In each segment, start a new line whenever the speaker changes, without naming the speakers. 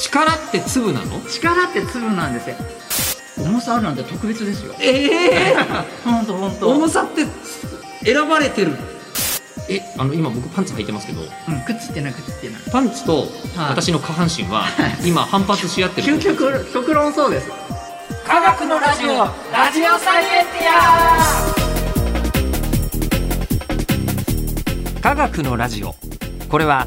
力って粒なの
力って粒なんですよ重さあるなんて特別ですよ
ええ
本当本当。
重さって選ばれてるえあの今僕パンツ履いてますけど
うんくっつってないくっつってない
パンツと
はい
私の下半身は今反発し合ってる
究極極論そうです
科学のラジオ
ラジオサイエンテ
科学のラジオこれは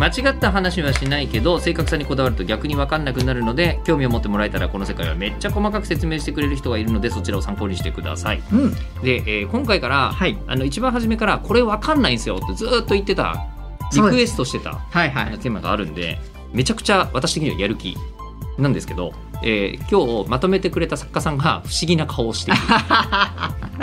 間違った話はしないけど正確さにこだわると逆に分かんなくなるので興味を持ってもらえたらこの世界はめっちゃ細かく説明してくれる人がいるのでそちらを参考にしてください
ィアうん
で、えー今回から、
はい
あの一番初めからこれ分かんないんですよってずーっと言ってたリ
そうで
クエス
す
トしてた
はいはい
テーマがあるんでめちゃくちゃ私的にはやる気なんですけど、えー今日まとめてくれた作家さんが不思議な顔を している、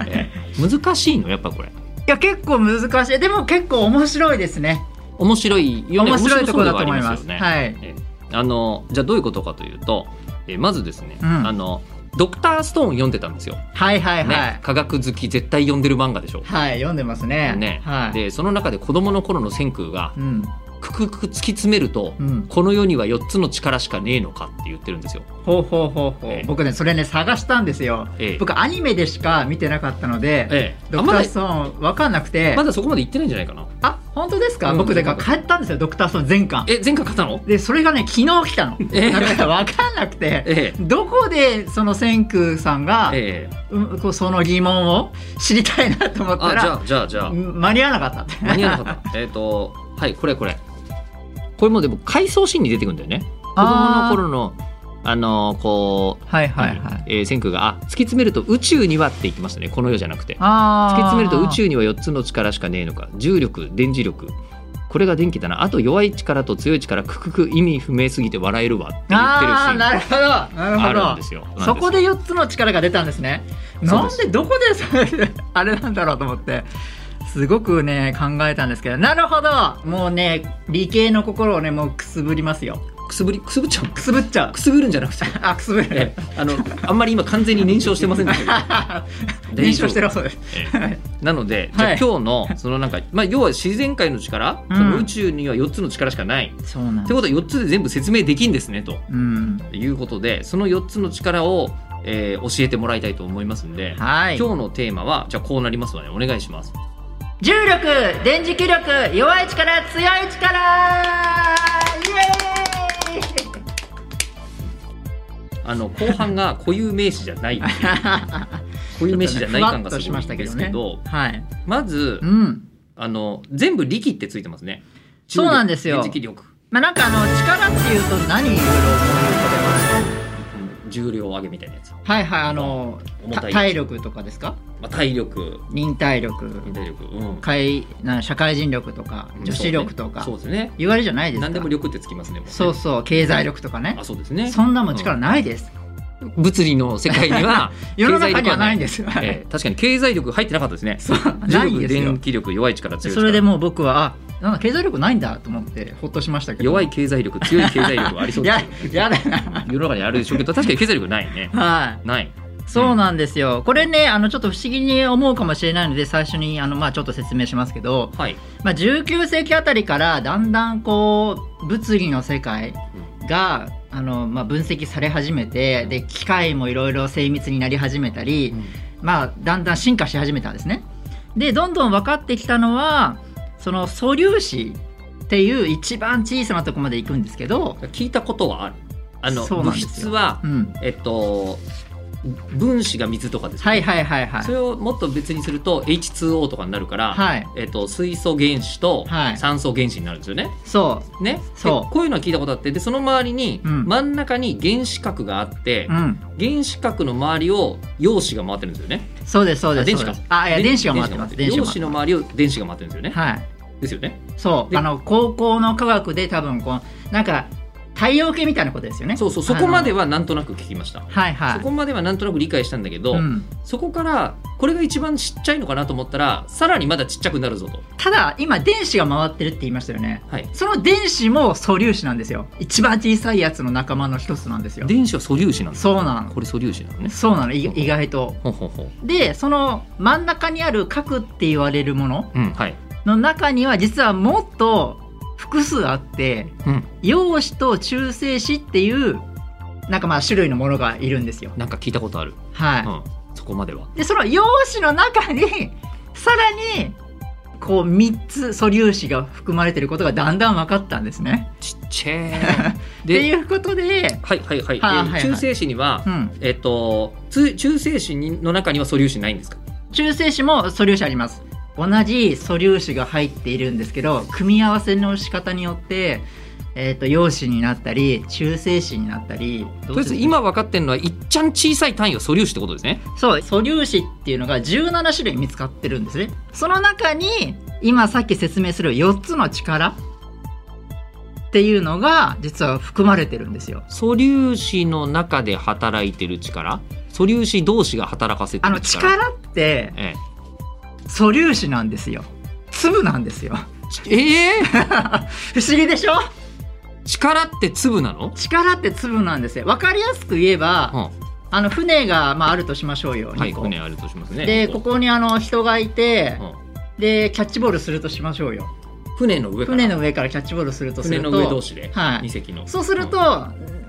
えー難しいのやっぱこれ
いや結構難しいでも結構面白いですね
面白いよね
面白いところだと思い
面白
ま
そ
す
うではありますよね、
はい
えーあのじゃあどういうことかというと、えーまずですね、
うん
あのドクターストーン読んでたんですよ、
はいはいはい、
ね、科学好き絶対読んでる漫画でしょ、
はい読んでますね
ね
はい
でその中で子どもの頃の千空が
うん
くくく突き詰めると、
うん
この世には4つの力しかねえのかって言ってるんですよ。
ほうほうほうほう、
ええ
僕ねそれね探したんですよ、
ええ
僕アニメでしか見てなかったので、
ええ、
ド
あ
ク
ま
タ
だ
ーストーン分かんなくて、
まだそこまで言ってないんじゃないかな。
あ本当ですか、
うん
僕だから帰ったんですよドクターストーン全巻
え前回買ったの？
でそれがね昨日来たの、
ええ
だから分かんなくて、
え
どこでその千空さんが
え、、ええ、
うんこうその疑問を知りたいなと思った
あじゃ
ら
あじゃあじゃあ
うん間に合わなかったって
間に合わなか った。えっとはいこれこれこれもでも回想シーンに出てくるんだよね。子供の頃のあのこう。
はいはいはい
えー千空があ突き詰めると宇宙にはって言ってましたねこの世じゃなくて突
あ
き
ー
詰めると宇宙には4つの力しかねえのか重力電磁力これが電気だなあと弱い力と強い力くくく意味不明すぎて笑えるわって言ってるシー
あー
ン
なるほどなるほ
あ
ど
るんですよなんすよ
そこで4つの力が出たんですね。
そう
な
で
ん
す
でどこでそれあれなんだろうと思って。すごくね考えたんですけどなるほどもうね理系の心をねもうくすぶりますよ
くすぶりくすぶっちゃう
くすぶっちゃう
くすぶるんじゃなくて
あくすぶる、
えあのあんまり今完全に燃焼して ませんでしたけど
練習してるそうです
ええなので、じゃあ
はい
今日のそのなんか、まあ、要は自然界の力、
うん
その宇宙には4つの力しかない。っ
そうなん
て
です
ことは4つで全部説明できんですねと
うん
いうことでその4つの力を、えー教えてもらいたいと思いますんで、
はい
今日のテーマはじゃあこうなりますわねお願いします。
重力電磁気力弱い力強い力イエーイ
あの後半が固有名詞じゃない固有名詞じゃない 感がすごいんですけど
ふわっとしましたけどねはい
まず
うん
あの全部力ってついてますね。
そうなんですよ
重力電磁気力
まあなんかあの力っていうと何いろいろ思い浮かべます
うん重量上げみたいなやつ、ま
はいはいあの
重
た
たい
体力とかですか
あ、体力
忍耐力
忍耐力、うん、
会な社会人力とか女子力とか、
そうですね
言われるじゃないですか
何でも力ってつきますねもうね
そうそう経済力とかね
あそうですね
そんなもん力ないです、
物理の世界には
世の中にはないんですよ、
経済力はない、ええ確かに経済力入ってなかったですね重
ない
力
んですよ
電気力弱い力強い力
それでもう僕はあなんか経済力ないんだと思ってほっとしましたけど
弱い経済力強い経済力はありそうです
や
よね
やだな
世の中にあるでしょうけど確かに経済力ないね
はい
ない
そうなんですよ。これね、あの、ちょっと不思議に思うかもしれないので、最初に、あの、まあ、ちょっと説明しますけど、
はい
まあ、19世紀あたりから、だんだん、こう、物理の世界が、あの、まあ、分析され始めて、で、機械もいろいろ精密になり始めたり、まあ、だんだん進化し始めたんですね。で、どんどん分かってきたのは、その、素粒子っていう一番小さなとこまで行くんですけど、
聞いたことはあるあの
そう
物
なんです
質
よ
は
うん。
えっと分子が水とかですよね
はいはいはいは
そ
い。
れをもっと別にすると H2O とかになるから、
はい。
えっと水素原子と
はい
酸素原子になるんですよね。
そ
ね
そう
でこういうのは聞いたことあってでその周りに、
うん
真ん中に原子核があって
う。うん。
原子核の周りを陽子が回ってるんですよね。
そうですそうです。
あ電子
そうです
か
あいや電子が回ってます。
電
電
子
子
が
が
陽子の周り
回って
を電子が回ってるんですよね。
ます。はい。
ですよね。
そう
で
あの高校の科学で多分こうなんか太陽系みたいなことですよね。
そうそうそこまではなんとなく聞きました、
はいはい。
そこまではなんとなく理解したんだけど、
うん、
そこからこれが一番ちっちゃいのかなと思ったらさらにまだちっちゃくなるぞと
ただ今電子が回ってるって言いましたよね。
はい
その電子も素粒子なんですよ。一番小さいやつの仲間の一つなんですよ。
電子は素粒子なんです
そうなの。
これ素粒子なのね
そうなの。い意外と。
ほうほうほう
でその真ん中にある核って言われるもの
うんはい
の中には実はもっと複数あって
うん
陽子と中性子っていうなんかまあ種類のものがいるんですよ。
なんか聞いたことある、
はい、
うんそこまでは
でその陽子の中に さらにこう3つ素粒子が含まれてることがだんだん分かったんですね。
ちっちゃ い
って
で
いうことで、
はいはいはい、
はあはい
で
はい
中性子には、
うん、
えっとつ中性子にの中には素粒子ないんですか
中性子も素粒子あります。同じ素粒子が入っているんですけど組み合わせの仕方によって、えー、と陽子になったり中性子になったり
とりあ
どう
え
す
ず
る
今分かってるのはいっちゃん小さい単位は素粒子ってことですね
そう素粒子っていうのが17種類見つかってるんですねその中に今さっき説明する4つの力っていうのが実は含まれてるんですよ
素粒子の中で働いてる力素粒子同士が働かせて
あの
る力
力って
え
素粒子なんですよ粒なんですよ
ええー
不思議でしょ
力って粒なの、
力って粒なんですよわかりやすく言えば、
うん、は
あの船が、まあ、あるとしましょうよ、
い
二個
船あるとしますね
でここにあの人がいて、
うん
でキャッチボールするとしましょうよ
船の上から
船の上からキャッチボールするとす
船
る
の
と
上同士で、
はい
二隻の
そうすると、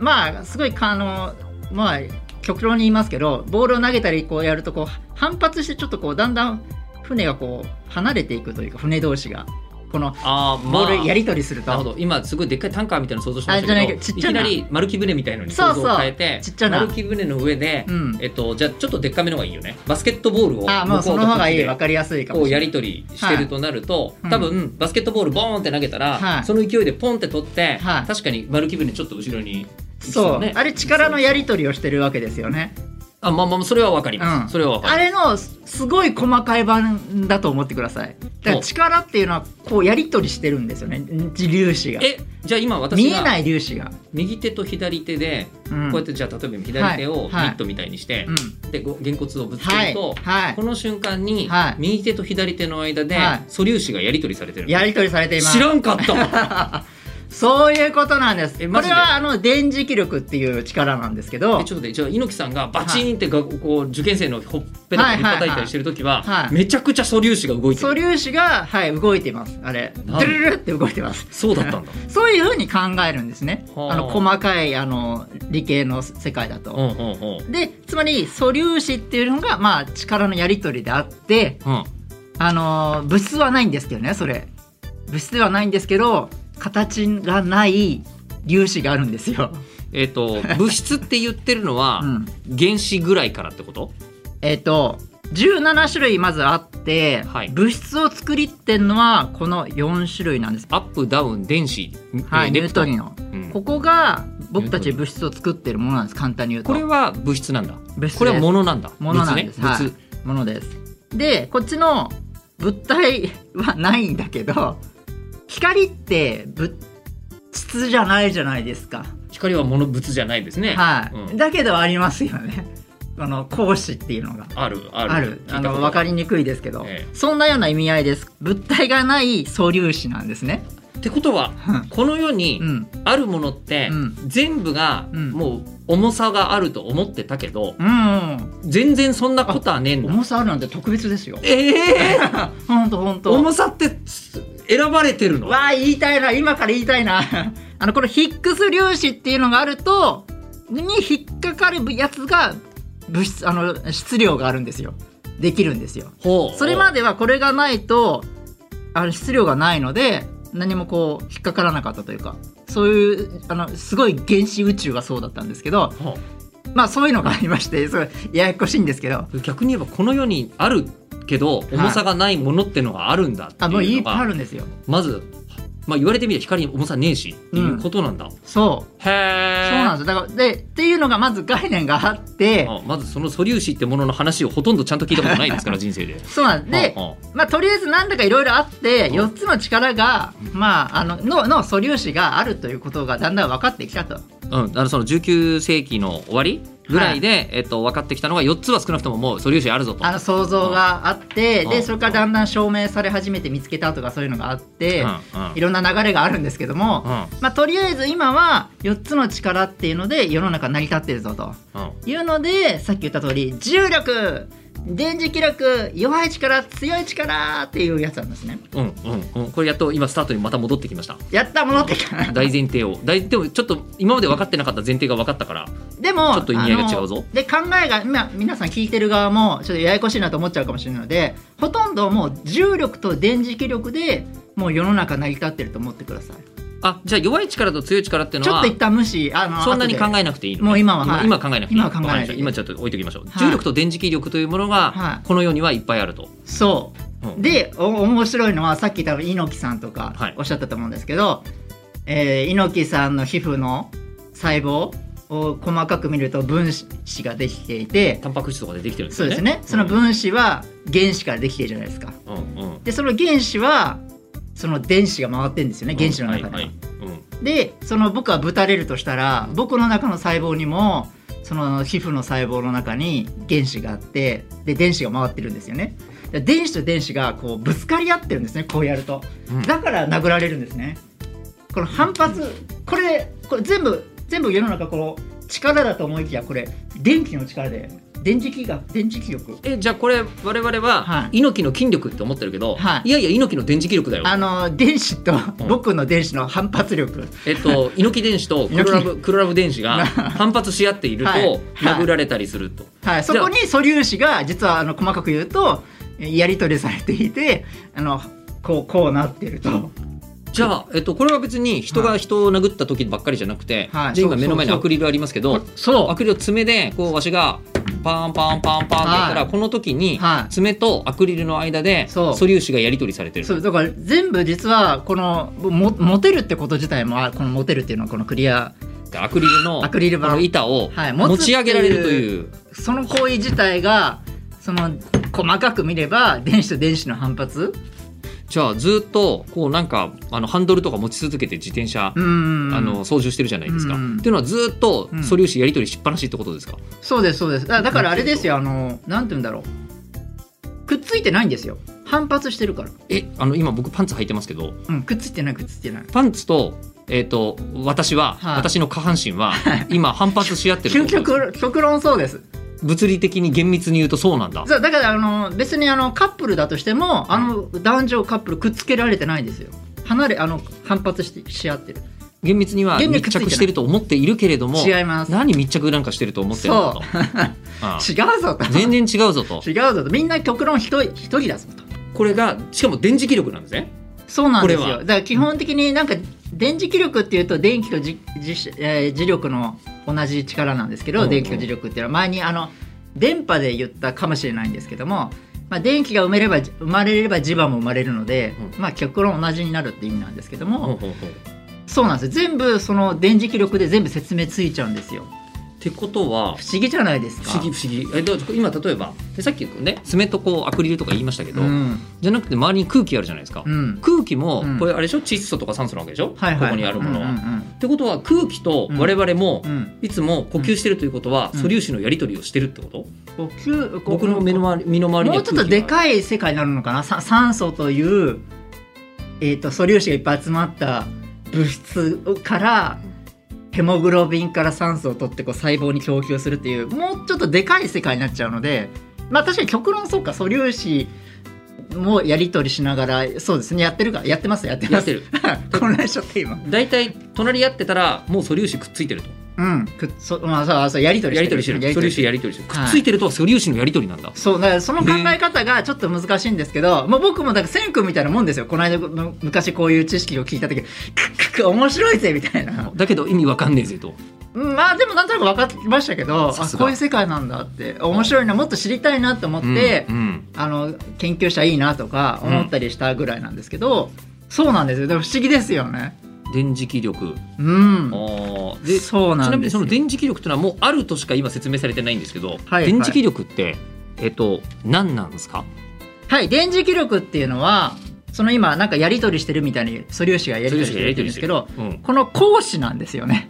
まあすごいあのまあ極論に言いますけどボールを投げたりこうやるとこう反発してちょっとこうだんだん船がこう離れていくというか船同士がこの
あーまあ
ボールやり取りすると、
なるほど今すごいでっかいタンカーみたいなの想像しました
あじゃない
け
け
ど
どちっ
い
ちゃ
き
な
なり丸木船みたいのに
そ
想
うそう
像を変えて
ちっちゃな
丸木船の上で、
うん
えっと、じゃあちょっとでっかめのがいいよねバスケットボールを
あもうその方が
向こうとこっ
いい
ちで
分かりやすいか
こ
も
う
しれ
や
ない
り取りしてるとなると、
はい
多分バスケットボールボーンって投げたら、
はい
その勢いでポンって取って、
はい
確かに丸木船ちょっと後ろに行き
そう、
ね
あれ力のやり取りをしてるわけですよね
あまあまあそれはわかります、
うん
それはわか
あ
り
れのすすごい細かい版だと思ってくださいだから力っていうのはこうやり取りしてるんですよね粒子が
ますえじゃあ今私
見えな
が
い粒子が、
右手と左手で
うん
こうやってじゃあ例えば左手を
は
ミ
いはい
ットみたいにして、
うん
でこうげんこつをぶつけ
は
る
い
と、
はい
この瞬間に
はい
右手と左手の間で
はい
素粒子がやり取りされてる、
やり取りされています
知らん かった
そういうことなんです
え
こ
マジ
れ
で
はあの電磁気力っていう力なんですけど
えちょっとでじゃあ猪木さんがバチーンってが、こう受験生のほっぺたを引っ叩いたりしてる時は,、
はいはいはい
めちゃくちゃ素粒子が動いて
素
る
粒子がはい動いていますあれド
なん
ゥルルルって動いてます
そうだ ったんだ、
そういうふうに考えるんですね
はあ
あの細かいあの理系の世界だ
うん
と
うんうん
でつまり素粒子っていうのがまあ力のやり取りであって
うん、
あの物質はないんですけどねそれ物質ではないんですけど形がない粒子があるんですよ、
えっ、 と物質って言ってるのは、
うん、
原子ぐらいからってこと
えっ、と17種類まずあって、
はい
物質を作りってんのはこの4種類なんです。
アップダウン電子、
はい、
えーレ
ニュ
プ
ー
ト
ト
ン
リノ。
うん
ここが僕た
ニュートリ
ち
ノ
物質を作ってるものなんです簡単に言うと
これは物質なんだ
物質です
これは物なんだ
物なんです
物ね
はい
物
ものですでこっちの物体はないんだけど光って物質じゃないじゃないですか
光は物物じゃないですね
はい、
うん
だけどありますよねこの光子っていうのが
あるある
あるあの分
わ
か
る
りにくいですけど、
ええ
そんなような意味合いです物体がない素粒子なんですね
ってことはこの世に
うん
あるものって、
うん
全部が
うん
もう重さがあると思ってたけど、
うん、
全然そんなことはねえんだ
重さあるなんて特別ですよ
えー、
ほんとほんと
重さってつ選ばれてるの
わあ言いたいな今から言いたいな あのこのヒックス粒子っていうのがあるとに引っかかるやつが物質あの質量があるんですよできるんですよ
ほう
それまではこれがないとあの質量がないので何もこう引っかからなかったというかそういうあのすごい原始宇宙がそうだったんですけど
ほう
まあそういうのがありまして すごいややこしいんですけど
逆に言えばこの世にあるけど
い
重さがないものってのがあるんだって
あもう
い
いう
の
っぱいあ
が
るんですよ
まずまあ、言われてみれば光に重さねえしっていうことなんだ、へ
そう
え
そうなんですよだからでっていうのがまず概念があって
あまずその素粒子ってものの話をほとんどちゃんと聞いたことないです から人生で。
そうなんですで
ああ
まあ、とりあえずなんだかいろいろあって
うん
4つの力が、まあ、あののの素粒子があるということがだんだん分かってきたと。
うん、あのその19世紀の終わりぐらいで、えっと、分かってきたのが4つは少なくとももう素粒子あるぞと。
あの想像があって、
うん
でそれからだんだん証明され始めて見つけたとかそういうのがあって、
うんうん
いろんな流れがあるんですけども、まあ、とりあえず今は4つの力っていうので世の中成り立ってるぞと
うんうん
いうのでさっき言った通り重力電磁気力弱い力強い力っていうやつなんですね
うんうんうんこれやっと今スタートにまた戻ってきました
やった戻ってきたな
大前提を大でもちょっと今まで分かってなかった前提が分かったから
でも
ちょっと意味合いが違うぞ
あので考えが今皆さん聞いてる側もちょっとややこしいなと思っちゃうかもしれないのでほとんどもう重力と電磁気力でもう世の中成り立ってると思ってください
あじゃあ弱い力と強い力っていう
ち
の
ょっ
は
と一旦無視あの
そんなに
後で
考えなくていいのね
もう今ははい
今考えなくていい
今は考えない
わかりました今ちょっと置いときましょう、
はい
重力と電磁気力というものが
はい
この世にはいっぱいあると、
そう
うん
でお面白いのはさっき多分猪木さんと
はい
かおっしゃったと思うんですけど、えー猪木さんの皮膚の細胞を細かく見ると分子ができていて
タンパク質とかでできてるんです
そ
よ
う
ね
ですねその、分子は原子からできてるじゃないですか
うんうんうん
でその原子はその電子が回ってるんですよね原子の中では、
はいはいうん
でその僕はぶたれるとしたら僕の中の細胞にもその皮膚の細胞の中に原子があってで電子が回ってるんですよねで電子と電子がこうぶつかり合ってるんですねこうやると
うん
だから殴られるんですねこの反発これこれ全部全部世の中この力だと思いきやこれ電気の力で電磁気が電磁気力
えじゃあこれ我々は
はい
猪木の筋力って思ってるけど、、
はい
やいや猪木の電磁気力だよ
あの電子と
うん
僕の電子の反発力、
えっと、猪木電子と黒ラブ黒ラブ電子が反発し合っていると
はいはい
殴られたりすると、
はい、そこに素粒子が実はあの細かく言うとえやり取りされていてあのこうこうなってると
じゃあ、えっと、これは別に人が人を殴った時ばっかりじゃなくて、
はい
じゃあ今
そう
目の前に
そう
アクリルありますけど
そ
アクリルを爪でこうわしがパンパンパンパンってやったら、
はい
この時に
はい
爪とアクリルの間で
そ
素
う
粒子がやり取りされて
う
る
そうだから全部実はこのもモテるってこと自体もあこのモテるっていうのはこのクリア
アクリルの
アクリル
こ
板
の板を
はい
持ち上げられるという。
その行為自体がその細かく見れば電子と電子の反発
じゃあずっとこうなんかあのハンドルとか持ち続けて自転車、
うん
あの操縦してるじゃないですか。
うんうん
っていうのはずっと
うん
素粒子やり取りしっぱなしってことですか、
そうですそうですだだからあれですよあのなんて言うんだろうくっついてないんですよ反発してるから、
えあの今僕パンツ履いてますけど
うん、くっついてないくっついてない
パンツと,、えー、と私は、
はい
私の下半身は今反発し合ってる
究
ってこと
極極論そうです
物理的に厳密に言うとそうなんだ。
そうだからあの別にあのカップルだとしてもあの男女カップルくっつけられてないんですよ離れあの反発してし合ってる
厳密には
厳密に
密
くっついてない
着してると思っているけれども
違います
何密着なんかしてると思ってるんだと
そう。
ああ
違うぞと
全然違うぞと
違うぞとみんな極論一人一人だぞと
これがしかも電磁気力なんですね
そうなんです
これは
よだから基本的になんか電磁気力っていうと電気とじじ、えー磁力の同じ力なんですけど、
うんうん
電気と磁力っていうのは前にあの電波で言ったかもしれないんですけども、まあ、電気が埋めれば生まれれば磁場も生まれるので、
う
まあ極論同じになるって意味なんですけども、
ほうほうほうっ
そうなんですよ全部その電磁気力で全部説明ついちゃうんですよ
てことは
不思議じゃないです
不
か
思議不思議えだから今例えばでさっきね爪とこうアクリルとか言いましたけど、
うん
じゃなくて周りに空気あるじゃないですか、
うん
空気も
うん
これあれでしょ窒素とか酸素なわけでしょ、
はいはい
ここにあるものは。
うん
ってことは空気と我々も
うんうんうん
いつも呼吸してるということは
うん
素粒子のやり取りをしてるってこと、
呼吸
僕の目の周り身の回りに
も
は
うちょっとで
い
かい世界になるのかなさ酸素という、えー、と素粒子がいっぱい集まった物質からヘモグロビンから酸素を取ってこう細胞に供給するっていうもうちょっとでかい世界になっちゃうのでまあ確かに極論そうか素粒子もやり取りしながらそうですねやってるかやってますやって
や
ま
っ
す
てる
混乱しちゃって今
大体隣り合ってたらもう素粒子くっついてると
うんくそまあそうそうやり取り
やり取りしてる素粒子
る
やり取りしてる
は
く
い
っついてるとは素粒子のやり取りなんだ、
そうだからその考え方がちょっと難しいんですけど、もう僕もだから千君みたいなもんですよこの間む昔こういう知識を聞いた時クックック面白いぜみたいな、
だけど意味わかんねえぜと
うんまあでもなんとなく分かりましたけど
さすが
あこういう世界なんだって面白いなもっと知りたいなと思って、
うんうん
あの研究者いいなとか思ったりしたぐらいなんですけど、そうなんですよ。でも不思議ですよね。
電磁気力
うん。
あーで
そうな
ちなんみ
で
に
す
そ
よ。
の電磁気力というのはもうあるとしか今説明されてないんですけど、
はい
電磁気力ってえっと何なんですか
はい、電磁気力っていうのは、その今なんかやり取りしてるみたいに素粒子がやり取りしてるって言うんですけど、
うん、
この光子なんですよね。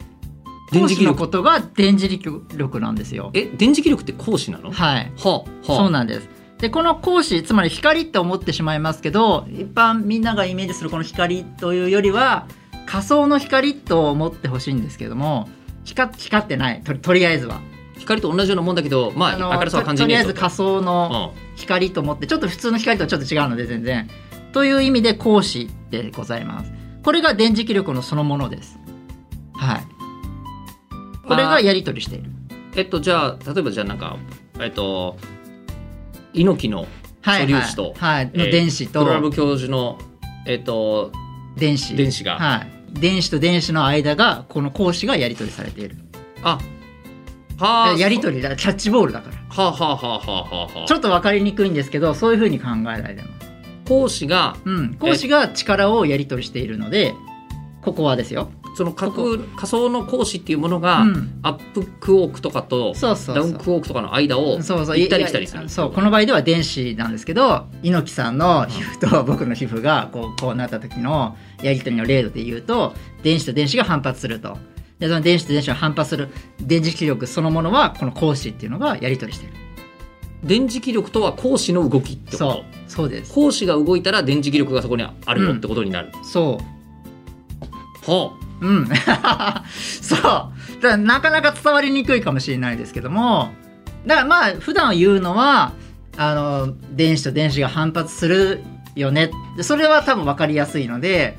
電
光
磁
子
気
の
力
ことが電磁気力なんですよ。
え電磁気力って光子なのは
はい。
あ、はあ、
そうなんです。で、この光子、つまり光って思ってしまいますけど、一般みんながイメージするこの光というよりは、仮想の光と思ってほしいんですけども、光光ってないと、とりあえずは。
光と同じようなもんだけどまあ
の
明るさは感じ
とと
ね
りあ
え
え
ぞ
ず仮想の光と思って、ちょっと普通の光とはちょっと違うので全然。という意味で光子でございます。これが電磁気力のそのものです。はい。これがやり取りしている。
うん、えっとじゃあ例えばじゃあなんかえっと猪木の
はい、はい。
素粒子と
はい。
え
の
ー
電子
プロラ
と
ブ教授のえっと
電子。
電子が、
はい、電子と電子の間がこの光子がやり取りされている
あはあ
やり取りだキャッチボールだから
はあはあはあはあはあはあ
ちょっと分かりにくいんですけどそういうふうに考えられます、
講師が
うん、光子が力をやり取りしているのでここはですよ、
その架
ここ
空仮想の講師っていうもの
う
が、
ん、
アップクォークとかと
そうそう
ダ
そ
ウン
う
クォークとかの間を
そうそう
行ったり来たりす
い
る
やそうこの場合では電子なんですけど猪木さんの皮膚と僕の皮膚がこうこうなった時のやり取りの例で言うと電子と電子が反発するとでその電子と電子が反発する電磁気力そのものはこの光子っていうのがやり取りしている
電磁気力とは講師の動きってこ
そ
と
うそうです
講師が動いたら電磁気力がそこにあるよってことになる、
そ
はあ
う。うん。 そう。だからなかなか伝わりにくいかもしれないですけども、だからまあ、普段言うのは、あの、電子と電子が反発するよね。でそれは多分分かりやすいので、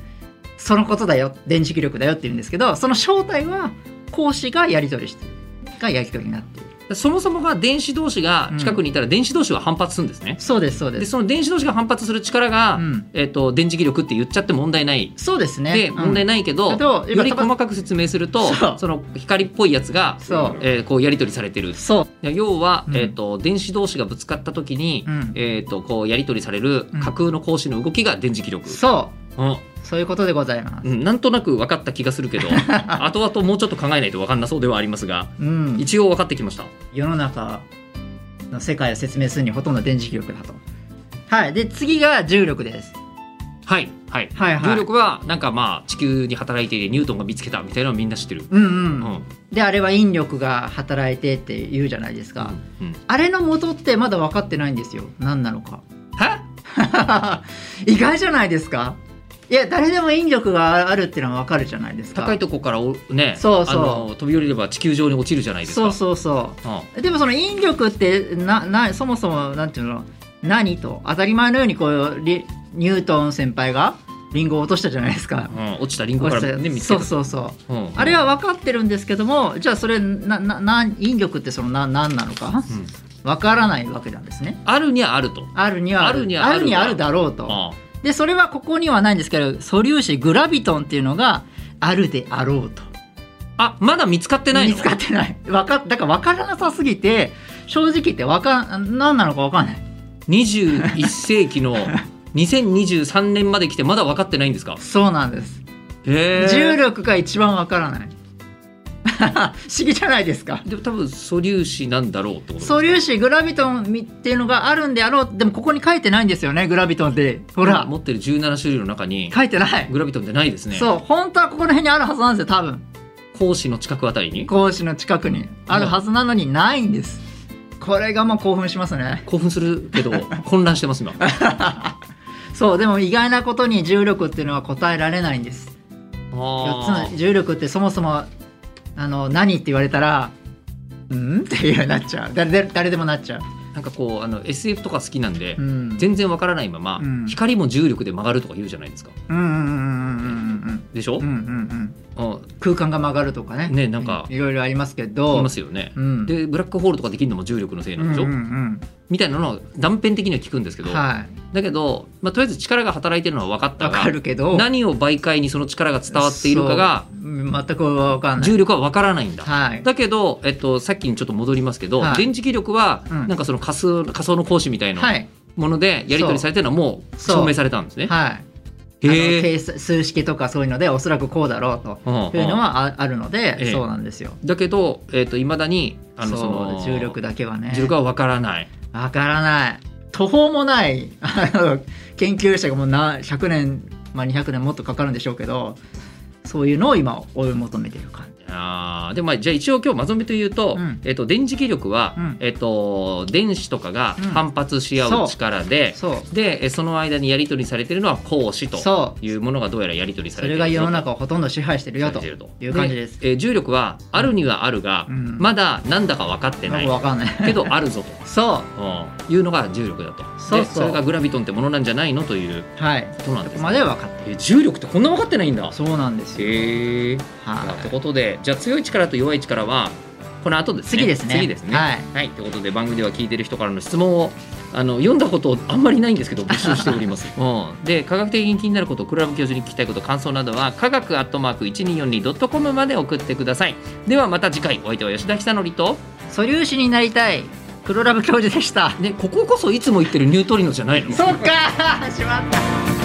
そのことだよ。電磁気力だよって言うんですけど、その正体は、講師がやり取りしてる。がやり取りになっている。
そもそもが電子同士が近くにいたら電子同士は反発するんですね、
そうです、そうで。
ですその電子同士が反発する力が、
うん。
えっと電磁気力って言っちゃって問題ない
そうですね。
で
うん
問題ないけど、
けど今
より細かく説明すると
そう
その光っぽいやつが
そう、
えーこうやり取りされてる
そう。
いや要は、
うん
えー、と電子同士がぶつかった時に、
うん
えー、とこうやり取りされる
うん
架空の格子の動きが電磁気力、
そ
うん
う。そういうことでございます。
うんなんとなく分かった気がするけ ど後々もうちょっと考えないと分かんなそうではありますが
うん。
一応分かってきました
世の中の世界を説明するにほとんど電磁気力だと。はい。で、次が重力です。
はいはい、
はい
重力はなんかまあ地球に働いているニュートンが見つけたみたいなのはみんな知ってる、
うんう。
うんん
で、あれは引力が働いてって言うじゃないですか。
うん、
あれの元ってまだ分かってないんですよ。何なのか。
は
意外じゃないですかいや、誰でも引力があるっていうのは分かるじゃないですか。
高いとこからおね
そうそう
あの飛び降りれば地球上に落ちるじゃないです
そう
か
そうそう。
うん
でもその引力ってななそもそもなんていうの何と当たり前のようにこうリニュートン先輩がリンゴを落としたじゃないですか。
うん落ちたリンゴから、ね、見つけ
そ
た
うそうそう
うん
あれは分かってるんですけどもじゃあそれななな引力ってそのな何なのか
うん
分からないわけなんですね。
あるにはあると。
あるには
あるにはある
あるにはあるだろうと。
あ
でそれはここにはないんですけど素粒子グラビトンっていうのがあるであろうと。
あまだ見つかってないの
見つかってない。わかだから分からなさすぎて正直言ってわかん何なのか分かんない。
21世紀の2023年まで来てまだ分かってないんですか
そうなんです。
へー
重力が一番わからない。 不思議じゃないですか。
でも多分素粒子なんだろうってこと
素粒子グラビトンっていうのがあるんであろうでもここに書いてないんですよねグラビトンってほら、
持ってる17種類の中に
書いてない、
グラビトンってないですね
そう本当はここら辺にあるはずなんですよ多分
講師の近くあたりに
講師の近くにあるはずなのにないんです、これがもう興奮しますね
興奮するけど混乱してます 今あ
そうでも意外なことに重力っていうのは答えられないんです4つ
ー
の重力ってそもそもあの何って言われたらうんっていうようになっちゃう誰で誰でもなっちゃう、
なんかこうあの SF とか好きなんで、
うん、
全然分からないまま、
うん
光も重力で曲がるとか言うじゃないですか
うんうんうんうんうん
でしょ、
うんうんうんうん
あ
空間が曲がるとかね
ねなんか
いいろいろありますけ
言い
ど
ますよね、
うん、
でブラックホールとかできるのも重力のせいなんでしょ、
うんうん
みたいなのは断片的には聞くんですけ
う
ど、
んは
だけど、まあ、とりあえず力が働いてるのは分かっ
い
た
わ
が
かるけど
何を媒介にその力が伝わっているかが
そううん全くわかんない
重力は分からないんだ。
はい
だけど、えっと、さっきにちょっと戻りますけど、
はい
電磁気力は、
うん
なんかその仮想仮想の講師みたい
は
ないものでやり取りされてるのはもう
そう
証明されたんですね。
はいあの
へえ
定数数式とかそういうのでおそらくこうだろうと
うんうん
いうのはああるので、
ええ
そうなんですよ。
だけど、えー、と未だにあのそ
そう
の
重力だけはね
重力は分からない
わからない途方もない あの研究者がもうな100年、まあ、200年もっとかかるんでしょうけどそういうのを今追い求めてる感じ。
あーでもまあじゃあ一応今日まとめて言うと,、
うん
えー、と電磁気力は、
うん
えー、と電子とかが
うん
反発し合う力で、
そう
でえーその間にやり取りされてるのは光子と
そう
いうものがどうやらやり取りさ
そ
れて
れ
る
が世の
ぞ
中をほとんど支配してるよ
さ
と
れ
い
てる
う感じです。
えー重力はあるにはあるが、
うん
まだなんだか分かって
な
なんい
かわかん ない。
けどあるぞと。
そ
うんいうのが重力だと
そう
で
そ
そ
う
れがグラビトンってものなんじゃないのという
うはい。
ことなんですね
までは分かっ
え重力ってこんな分かってないんだ
た。そうなんですよ。
へえという
は
ことでじゃあ強い力と弱い力はこの後ですね
次ですね
次ですね
はい
はい、ということで番組では聞いてる人からの質問をあの読んだことあんまりないんですけど募集しており ます、うん、で科学的に気になることクラブ教授に聞きたいこと感想などは科学アットマーク 1242.com まで送ってくださいではまた次回お相手は吉田久典と
い。素粒子になりたい黒ラブ教授でした。
ねこここそいつも言ってるニュートリノじゃないの
そっかー しまった。